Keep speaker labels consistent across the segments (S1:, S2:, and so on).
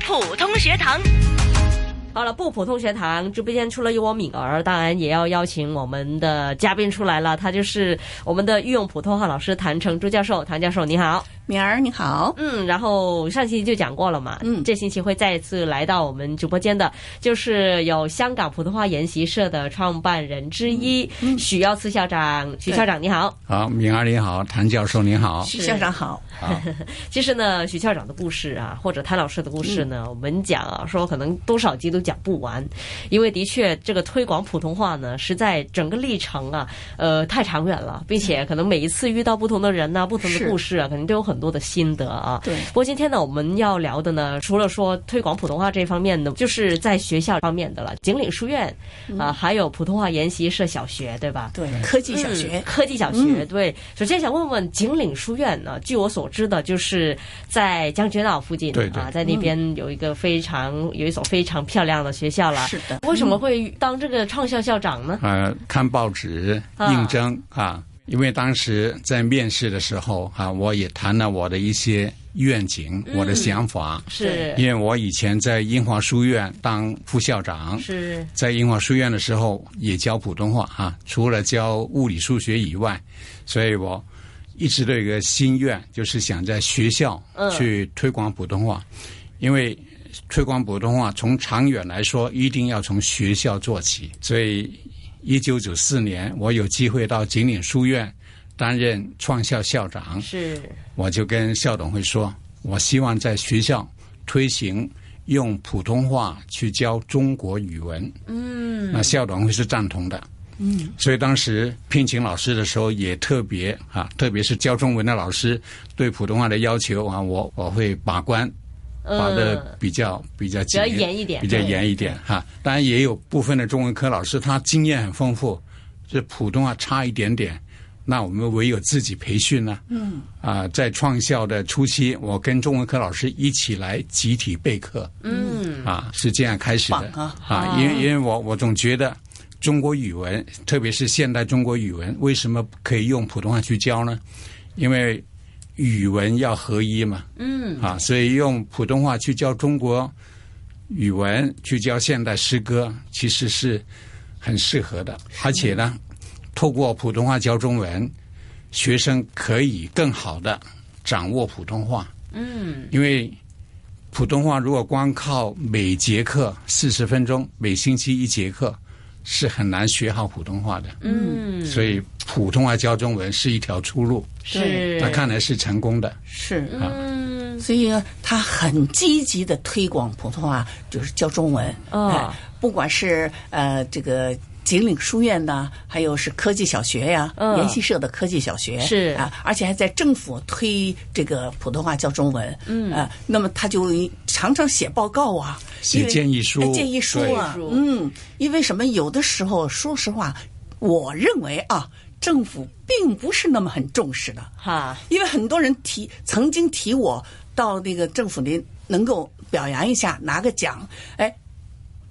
S1: 普通学堂。
S2: 好了，不普通学堂直播间出了一窝敏儿，当然也要邀请我们的嘉宾出来了，他就是我们的御用普通话老师谭成珠教授。谭教授，你好。
S3: 敏儿你好，
S2: 嗯，然后上星期就讲过了嘛，
S3: 嗯
S2: 这星期会再次来到我们直播间的，就是有香港普通话研习社的创办人之一、许耀次校长。许校长你好，
S4: 好，敏儿你好，谭教授你好，
S3: 徐校长好，
S4: 好，
S2: 其实呢，许校长的故事啊，或者谭老师的故事呢，
S3: 嗯
S2: 我们讲啊，说可能多少集都讲不完，因为的确这个推广普通话呢，实在整个历程啊，呃，太长远了，并且可能每一次遇到不同的人呐、不同的
S3: 嗯是
S2: 故事啊，可能都有很多的心得啊。
S3: 对
S2: 不过今天呢，我们要聊的呢，除了说推广普通话这方面呢，就是在学校方面的了，锦岭书院
S3: 嗯
S2: 啊、还有普通话研习社小学，对吧？
S3: 对，科技小
S2: 嗯
S3: 学，
S2: 科技小学。对，首先想问问锦岭书院呢，据我所知的，就是在将军澳附近
S4: 对对嗯
S2: 啊，在那边有一个非常、有一所非常漂亮的学校了。
S3: 是的，
S2: 为什
S4: 嗯
S2: 么会当这个创校校长呢？
S4: 呃，看报纸
S2: 啊
S4: 应征啊，因为当时在面试的时候啊，我也谈了我的一些愿景，我的想法，
S2: 嗯是
S4: 因为我以前在英华书院当副校长，
S2: 是
S4: 在英华书院的时候也教普通话啊，除了教物理数学以外，所以我一直都有一个心愿，就是想在学校
S2: 嗯
S4: 去推广普通话，因为推广普通话从长远来说，一定要从学校做起。所以，一九九四年我有机会到锦岭书院担任创校校长，
S2: 是
S4: 我就跟校董会说，我希望在学校推行用普通话去教中国语文。嗯，那校董会是赞同的。嗯，所以当时聘请老师的时候，也特别啊，特别是教中文的老师对普通话的要求啊，我我会把关。把的
S2: 嗯
S4: 比较比较紧
S2: 比较严一点
S4: 比较严一点哈。当然也有部分的中文科老师，他经验很丰富，这普通话差一点点，那我们唯有自己培训呢、嗯，啊、在创校的初期，我跟中文科老师一起来集体备课。嗯，啊，是这样开始的
S3: 棒啊
S4: 因为因为我我总觉得。中国语文，特别是现代中国语文，为什么可以用普通话去教呢？因为语文要合一嘛，嗯，啊，所以用普通话去教中国语文，去教现代诗歌，其实是很适合的。而且呢，透过普通话教中文，学生可以更好的掌握普通话。嗯，因为普通话如果光靠每节课四十分钟，每星期一节课，是很难学好普通话的。
S2: 嗯
S4: 所以普通话教中文是一条出路，
S2: 是
S4: 那看来啊是成功的。
S3: 是，
S2: 嗯
S3: 所以呢，他很积极的推广普通话，就是教中文，
S2: 哦
S3: 哎不管是呃这个。锦岭书院呐，还有是科技小学呀、
S2: 嗯
S3: 研习社的科技小学
S2: 是
S3: 啊，而且还在政府推这个普通话教中文，嗯啊，那么他就常常写报告啊，
S4: 写
S3: 因为
S4: 建议书
S3: 哎建议书啊
S2: 对，
S3: 嗯，因为什么？有的时候，说实话，我认为啊，政府并不是那么很重视的，
S2: 哈
S3: 因为很多人提曾经提我到那个政府里能够表扬一下，拿个奖，哎，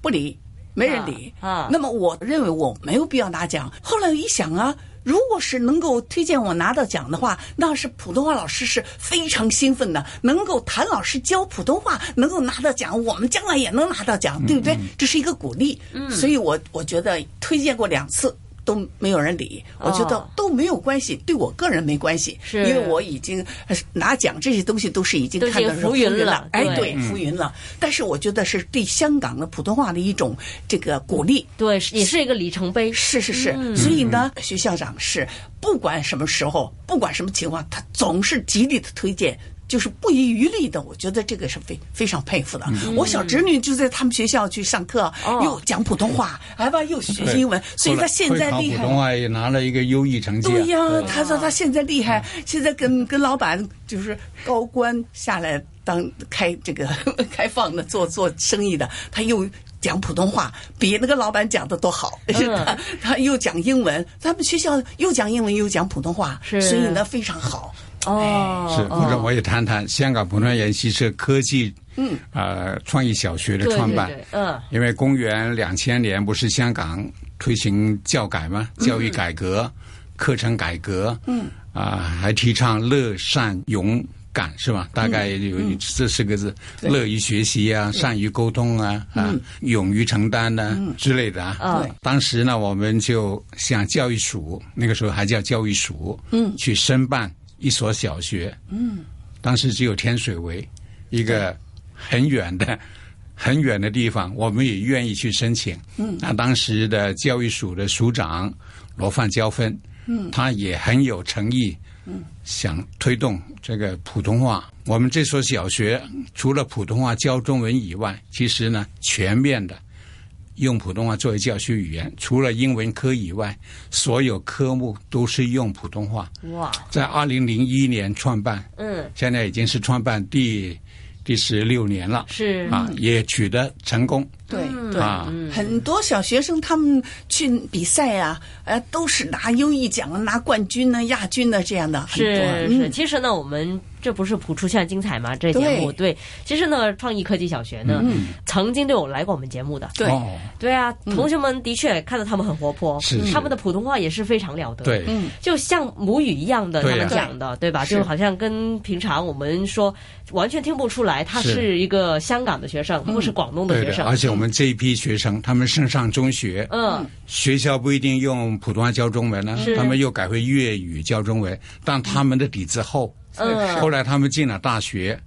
S3: 不理，没人理
S2: 啊啊
S3: 那么我认为我没有必要拿奖。后来一想啊。如果是能够推荐我拿到奖的话，那是普通话老师是非常兴奋的。能够谭老师教普通话，能够拿到奖，我们将来也能拿到奖，对不对？这是一个鼓励。嗯，所以我我觉得推荐过两次都没有人理，我觉得
S2: 哦
S3: 都没有关系，对我个人没关系，
S2: 是
S3: 因为我已经呃拿奖这些东西都是已经
S2: 都已
S3: 看
S2: 经
S3: 到是
S2: 浮
S3: 浮
S2: 云
S3: 云
S2: 了
S3: 哎，
S2: 对
S3: 对，
S4: 嗯
S3: 浮云了。但是我觉得是对香港的普通话的一种这个鼓励。
S2: 对，是也是一个里程碑。
S3: 是是是，
S2: 嗯
S3: 所以呢，徐校长是不管什么时候，不管什么情况，他总是极力的推荐，就是不遗余力的。我觉得这个是非非常佩服的。
S4: 嗯
S3: 我小侄女就在他们学校去上课，
S2: 嗯哦
S3: 又讲普通话，哎吧，又学英文，所以
S4: 后
S3: 她
S4: 来
S3: 现在
S4: 会考
S3: 厉
S4: 普
S3: 害。哦
S4: 通话也拿了一个优异成绩啊、
S3: 对呀、他说他现在厉害，现在跟跟老板就是高官下来当开这个 开放的做做生意的，他又讲普通话，比那个老板讲的都好。 他他又讲英文，他们学校又讲英文又讲普通话，
S2: 是
S3: 所以呢非常好。
S2: 哦，
S4: 哎是，或者
S2: 哦
S4: 我也谈谈香港普通研习社科技，嗯，呃，创意小学的
S2: 对
S4: 创
S2: 对
S4: 办，
S2: 对嗯
S4: 因为公元两千年不是香港推行教改吗？教育改革、课程改革，嗯，啊、还提倡乐善融感是吧？大概有这四个字：
S3: 对
S4: 乐于学习啊，善于沟通啊，啊，勇于承担呐之类的啊
S3: 对。
S4: 当时呢，我们就向教育署，那个时候还叫教育署，嗯，去申办一所小学，嗯，当时只有天水围一个很远的。 很远的地方，我们也愿意去申请。嗯，那当时的教育署的署长罗范交芬，嗯，他也很有诚意，嗯，想推动这个普通话。我们这所小学除了普通话教中文以外，其实呢，全面的用普通话作为教学语言，除了英文科以外，所有科目都是用普通话。
S2: 哇，
S4: 在二零零一年创办，
S2: 嗯，
S4: 现在已经是创办第第十六年了。
S2: 是，
S4: 啊，也取得成功
S3: 对
S2: 嗯
S3: 对。
S4: 啊。
S3: 很多小学生他们去比赛呀、呃，都是拿优异奖啊、拿冠军呢、亚军呢这样的，很多
S2: 是是，
S3: 嗯
S2: 其实呢，我们这不是谱出校园精彩吗？这节目对，其实呢，创意科技小学呢，曾经都有来过我们节目的。
S3: 对、
S4: 哦，
S2: 对啊，同学们的确看到他们很活泼，
S4: 是是
S2: 他们的普通话也是非常了得。
S4: 对，
S2: 就像母语一样的，
S4: 对
S2: 他
S4: 呀
S2: 们讲的，对吧？啊
S3: 是
S2: 就好像跟平常我们说，完全听不出来他
S4: 是
S2: 是一个香港的学生，或是广东的
S4: 对
S2: 学
S4: 的。
S2: 生
S4: 而。且我们这一批学生，他们升上中学，
S2: 嗯，
S4: 学校不一定用普通话教中文了
S2: 是，
S4: 他们又改回粤语教中文，但他们的底子厚。
S2: 嗯
S4: 后来他们进了大学，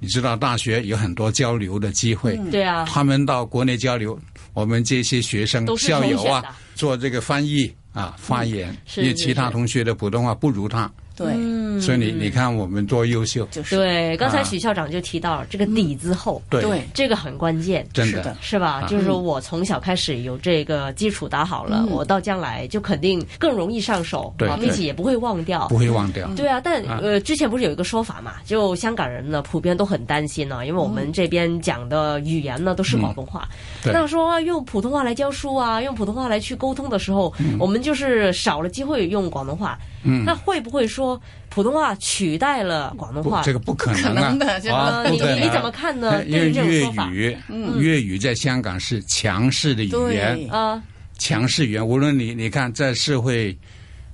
S4: 你知道大学有很多交流的机会，
S2: 对啊，
S4: 他们到国内交流，我们这些学生
S2: 都是
S4: 校
S2: 重
S4: 友
S2: 选的嗯
S4: 啊，做这个翻译啊发言，
S2: 是
S4: 因为
S2: 是
S4: 其他
S2: 是
S4: 同学的普通话不如他，
S3: 对，
S4: 所以你你看我们多优秀，
S3: 就是
S2: 嗯对，刚才
S4: 啊
S2: 许校长就提到了这个底子厚，
S4: 对，
S3: 对
S2: 这个很关键。
S4: 真
S3: 是的
S2: 是
S4: 啊
S2: 吧？就是说我从小开始有这个基础打好了，我到将来就肯定更容易上手，
S4: 对
S2: 啊，
S4: 对嗯
S2: 并且也不会忘掉
S4: 不。会忘掉。
S2: 对啊，但呃，之前不是有一个说法嘛，就香港人呢普遍都很担心呢、
S4: 嗯
S2: 因为我们这边讲的语言呢都是广东话，
S4: 对
S2: 那说啊用普通话来教书啊，用普通话来去沟通的时候，
S4: 嗯
S2: 我们就是少了机会用广东话。嗯，那会不会说普通话取代了广东
S4: 不
S2: 话？，呃
S4: 这个不可能
S3: 不可
S4: 啊
S3: 能的！这个
S4: 啊
S2: 你
S4: 不可能
S2: 你你怎么看呢
S4: 因
S2: 对
S4: 为
S2: 于这种
S4: 粤
S2: 说法嗯
S4: 语，粤语在香港是强势的语言
S3: 对，
S2: 啊，
S4: 强势语言。无论你你看，在社会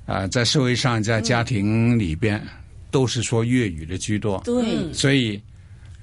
S4: 啊、在社会上，
S2: 嗯
S4: 在家庭里边，都是说粤语的居多，
S3: 对
S4: 所以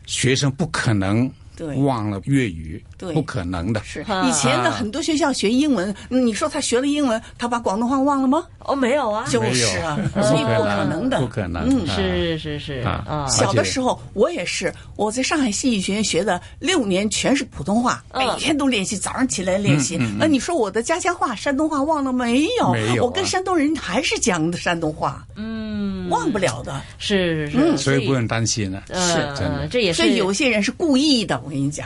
S4: 学生不可能
S3: 对
S4: 忘了粤语，
S3: 对
S4: 不可能的。
S3: 是
S2: 啊
S3: 以前的很多学校学英文，嗯你说他学了英文，他把广东话忘了吗？
S2: 哦，没有啊，
S3: 就
S4: 没有
S3: 是啊，
S4: 不
S3: 所以不
S4: 可
S3: 可能的
S4: 不。可能。啊
S2: 嗯是是是
S4: 啊
S2: 啊，
S3: 小的时候，我也是，我在上海戏剧学院学的六年全是普通话，
S2: 嗯
S3: 每天都练习，早上起来练习。那你说我的家乡话山东话忘了没有？
S4: 没有啊
S3: 我跟山东人还是讲的山东话，嗯，忘不了的。
S2: 是是是，
S4: 嗯所以不用担心了。
S2: 呃，
S4: 真的
S2: 呃这也
S3: 所
S2: 是
S3: 以有些人是故意的，我跟你讲，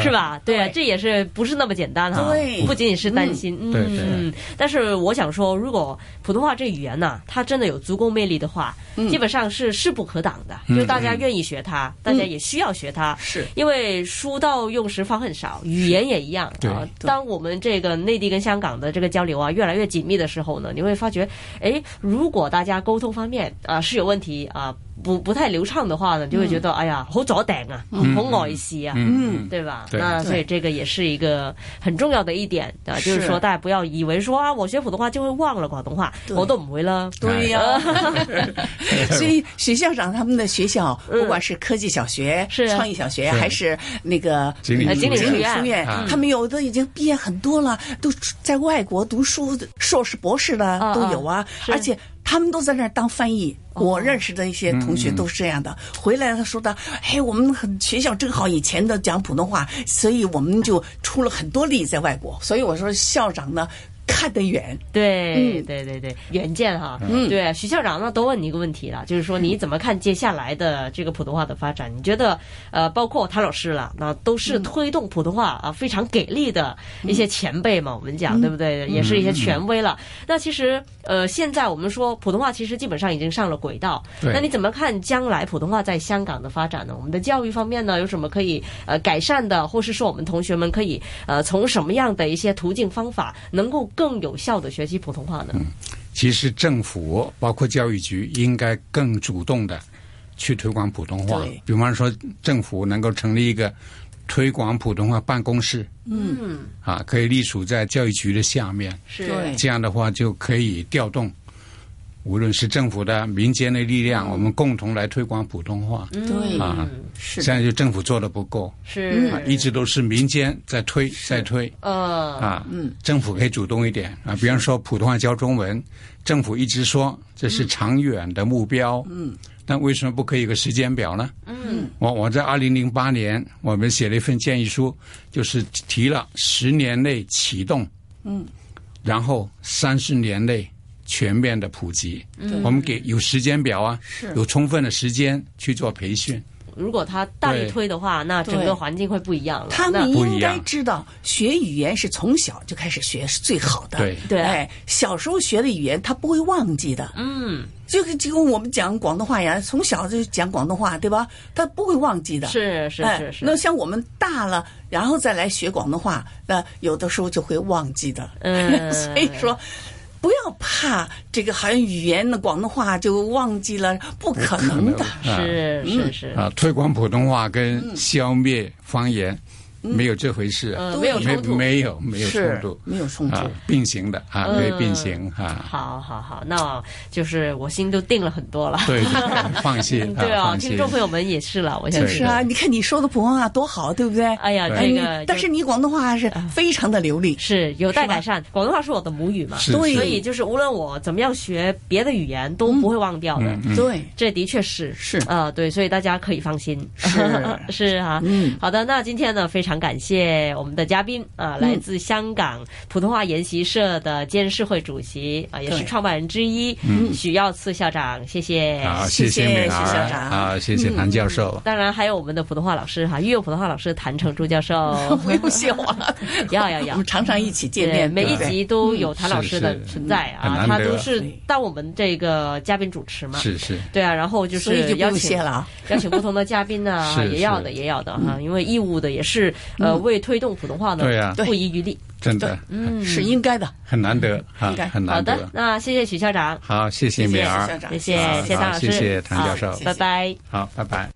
S2: 是吧？对啊，
S3: 对
S2: 这也是不是那么简单哈、啊
S3: 对
S2: 不仅仅是担心，嗯，
S4: 对对
S2: 嗯但是我想说，如果普通话这语言呐，它真的有足够魅力的话，基本上是势不可挡的，
S4: 嗯
S2: 就大家愿意学它，大家也需要学它，
S3: 是
S2: 因为书到用时方恨少，语言也一样
S4: 对
S2: 啊。
S3: 对
S2: 当我们这个内地跟香港的这个交流啊越来越紧密的时候呢，你会发觉，哎，如果大家沟通方面啊是有问题啊。不不太流畅的话呢，就会觉得、哎呀，好左顶啊，好碍事啊，
S4: 嗯，
S2: 对吧？
S4: 对
S2: 那
S4: 对
S2: 所以这个也是一个很重要的一点啊，
S3: 是
S2: 就是说大家不要以为说啊，我学普通话就会忘了广东话，
S3: 对
S2: 我都唔会啦。啊
S3: 对呀、 所以许校长他们的学校，不管是科技小学、
S2: 嗯是啊
S3: 创意小学，
S4: 是
S3: 还是那个
S4: 经理
S2: 呃经理
S3: 经
S2: 书
S3: 理
S2: 院嗯
S3: 书院
S4: 啊，
S3: 他们有的已经毕业很多了，都出在外国读书，硕士、博士
S2: 啊
S3: 的都有啊，
S2: 是哦
S3: 而且他们都在那儿当翻译。我认识的一些同学都是这样
S2: 嗯
S3: 的，回来他说的，哎，我们很学校正好以前的讲普通话，所以我们就出了很多力在外国。所以我说校长呢看得远，
S2: 对、对对对，远见哈。嗯，对，徐校长那都问你一个问题了，就是说你怎么看接下来的这个普通话的发展？你觉得呃，包括谭老师了，那都是推动普通话啊非常给力的一些前辈嘛，我们讲对不对？也是一些权威了。那其实呃，现在我们说普通话其实基本上已经上了轨道，
S4: 对
S2: 那你怎么看将来普通话在香港的发展呢？我们的教育方面呢，有什么可以呃改善的，或是说我们同学们可以呃从什么样的一些途径方法，能够更有效的学习普通话
S4: 嗯
S2: 呢？
S4: 其实政府包括教育局应该更主动的去推广普通话
S3: 对，
S4: 比方说政府能够成立一个推广普通话办公室，嗯，啊，可以隶属在教育局的下面，
S2: 是
S3: 对
S4: 这样的话就可以调动无论是政府的、民间的力量，我们共同来推广普通话。
S2: 嗯
S3: 对
S4: 啊，
S3: 是
S4: 现
S3: 的，
S4: 在就政府做的不够，
S2: 是
S4: 啊，一直都是民间在推，在推。
S2: 呃，
S4: 啊，嗯，政府可以主动一点啊，比方说普通话教中文，政府一直说这是长远的目标，嗯，但为什么不可以有个时间表呢？嗯，我我在二零零八年我们写了一份建议书，就是提了十年内启动，嗯，然后三十年内全面的普及，嗯，我们给有时间表啊，
S3: 是
S4: 有充分的时间去做培训，
S2: 如果他大力推的话，那整个环境会不一样了。
S3: 他
S2: 那
S3: 们
S4: 不一
S3: 应该
S4: 样
S3: 知道，学语言是从小就开始学是最好的。
S4: 对
S2: 对
S3: 哎，小时候学的语言他不会忘记的。嗯，就跟就跟我们讲广东话呀，从小就讲广东话，对吧？他不会忘记的。
S2: 是是
S3: 哎
S2: 是
S3: 那
S2: 是，
S3: 像我们大了，然后再来学广东话，那有的时候就会忘记的。
S2: 嗯
S3: 所以说。不要怕这个，好像语言的广东话就忘记了，不可能的。
S4: 啊
S2: 是是是，
S4: 啊，推广普通话跟消灭方言、
S3: 嗯
S4: 没有这回事，
S2: 呃
S4: 没
S2: 没有冲突
S4: 没有 没有
S3: 是
S4: 冲突，
S3: 没有冲突嗯
S4: 啊，并行的啊，可以并行啊，
S2: 好好好，那就是我心都定了很多了。
S4: 对，对放心
S2: 嗯
S4: 啊
S2: 对，啊，
S4: 放心
S2: 听众朋友们也是了，我相
S4: 对
S2: 信
S3: 是。啊，你看你说的普通话多好，对不对？
S2: 哎呀，
S4: 对
S2: 这
S3: 你
S2: 个啊
S3: 但是你广东话是非常的流利，
S2: 是有待
S3: 是吧
S2: 改善。广东话是我的母语嘛，
S4: 是
S3: 对
S2: 所以就是无论我怎么样学别的语言，都不会忘掉的。
S4: 嗯嗯
S3: 对，
S2: 这的确是
S3: 是
S2: 啊、对，所以大家可以放心，
S3: 是
S2: 是啊，嗯，好的，那今天呢，非常感谢我们的嘉宾啊、来自香港普通话研习社的监事会主席啊、也是
S3: 对
S2: 创办人之一，嗯，许耀次校长，谢谢，
S3: 谢
S4: 好，啊谢
S3: 谢
S4: 美
S3: 徐校
S4: 儿，
S3: 长嗯
S4: 啊，谢谢谭教授，
S2: 当然还有我们的普通话老师哈，育幼普通话老师谭成珠教授，
S3: 不用谢我 了。
S2: 要要要
S3: 我们常常一起见
S2: 对，
S3: 面，
S2: 每一
S3: 对不对
S2: 集都有谭老
S4: 是
S2: 师的
S4: 嗯是
S2: 存在
S4: 很
S2: 啊，
S4: 难
S2: 他
S4: 得
S2: 都
S4: 啊
S2: 是
S3: 对
S2: 当我们这个嘉宾主持嘛，
S3: 嗯
S4: 是是，
S2: 对啊，然后就
S3: 所以
S2: 是
S3: 就不
S2: 邀
S3: 用
S2: 请
S3: 谢了。啊
S2: 邀请不同的嘉宾啊，
S4: 是
S2: 也要的，
S4: 是嗯
S2: 也要的哈，因为义务的也是呃，
S3: 嗯
S2: 为推动普通话呢，
S4: 对啊
S2: 不遗余力。
S4: 真的
S2: 嗯
S3: 是应该的。
S4: 很难得啊
S3: 嗯应该，
S4: 很
S2: 好
S4: 难
S2: 的
S4: 得，，
S2: 那谢谢许校长，
S4: 好，谢谢
S3: 谢谢
S4: 美
S3: 徐
S4: 儿
S3: 校，长
S2: 谢谢
S4: 好
S2: 谢谢
S4: 好
S2: 唐老师，
S4: 谢谢谭
S2: 好
S4: 教授
S2: 拜拜。
S4: 好，拜拜。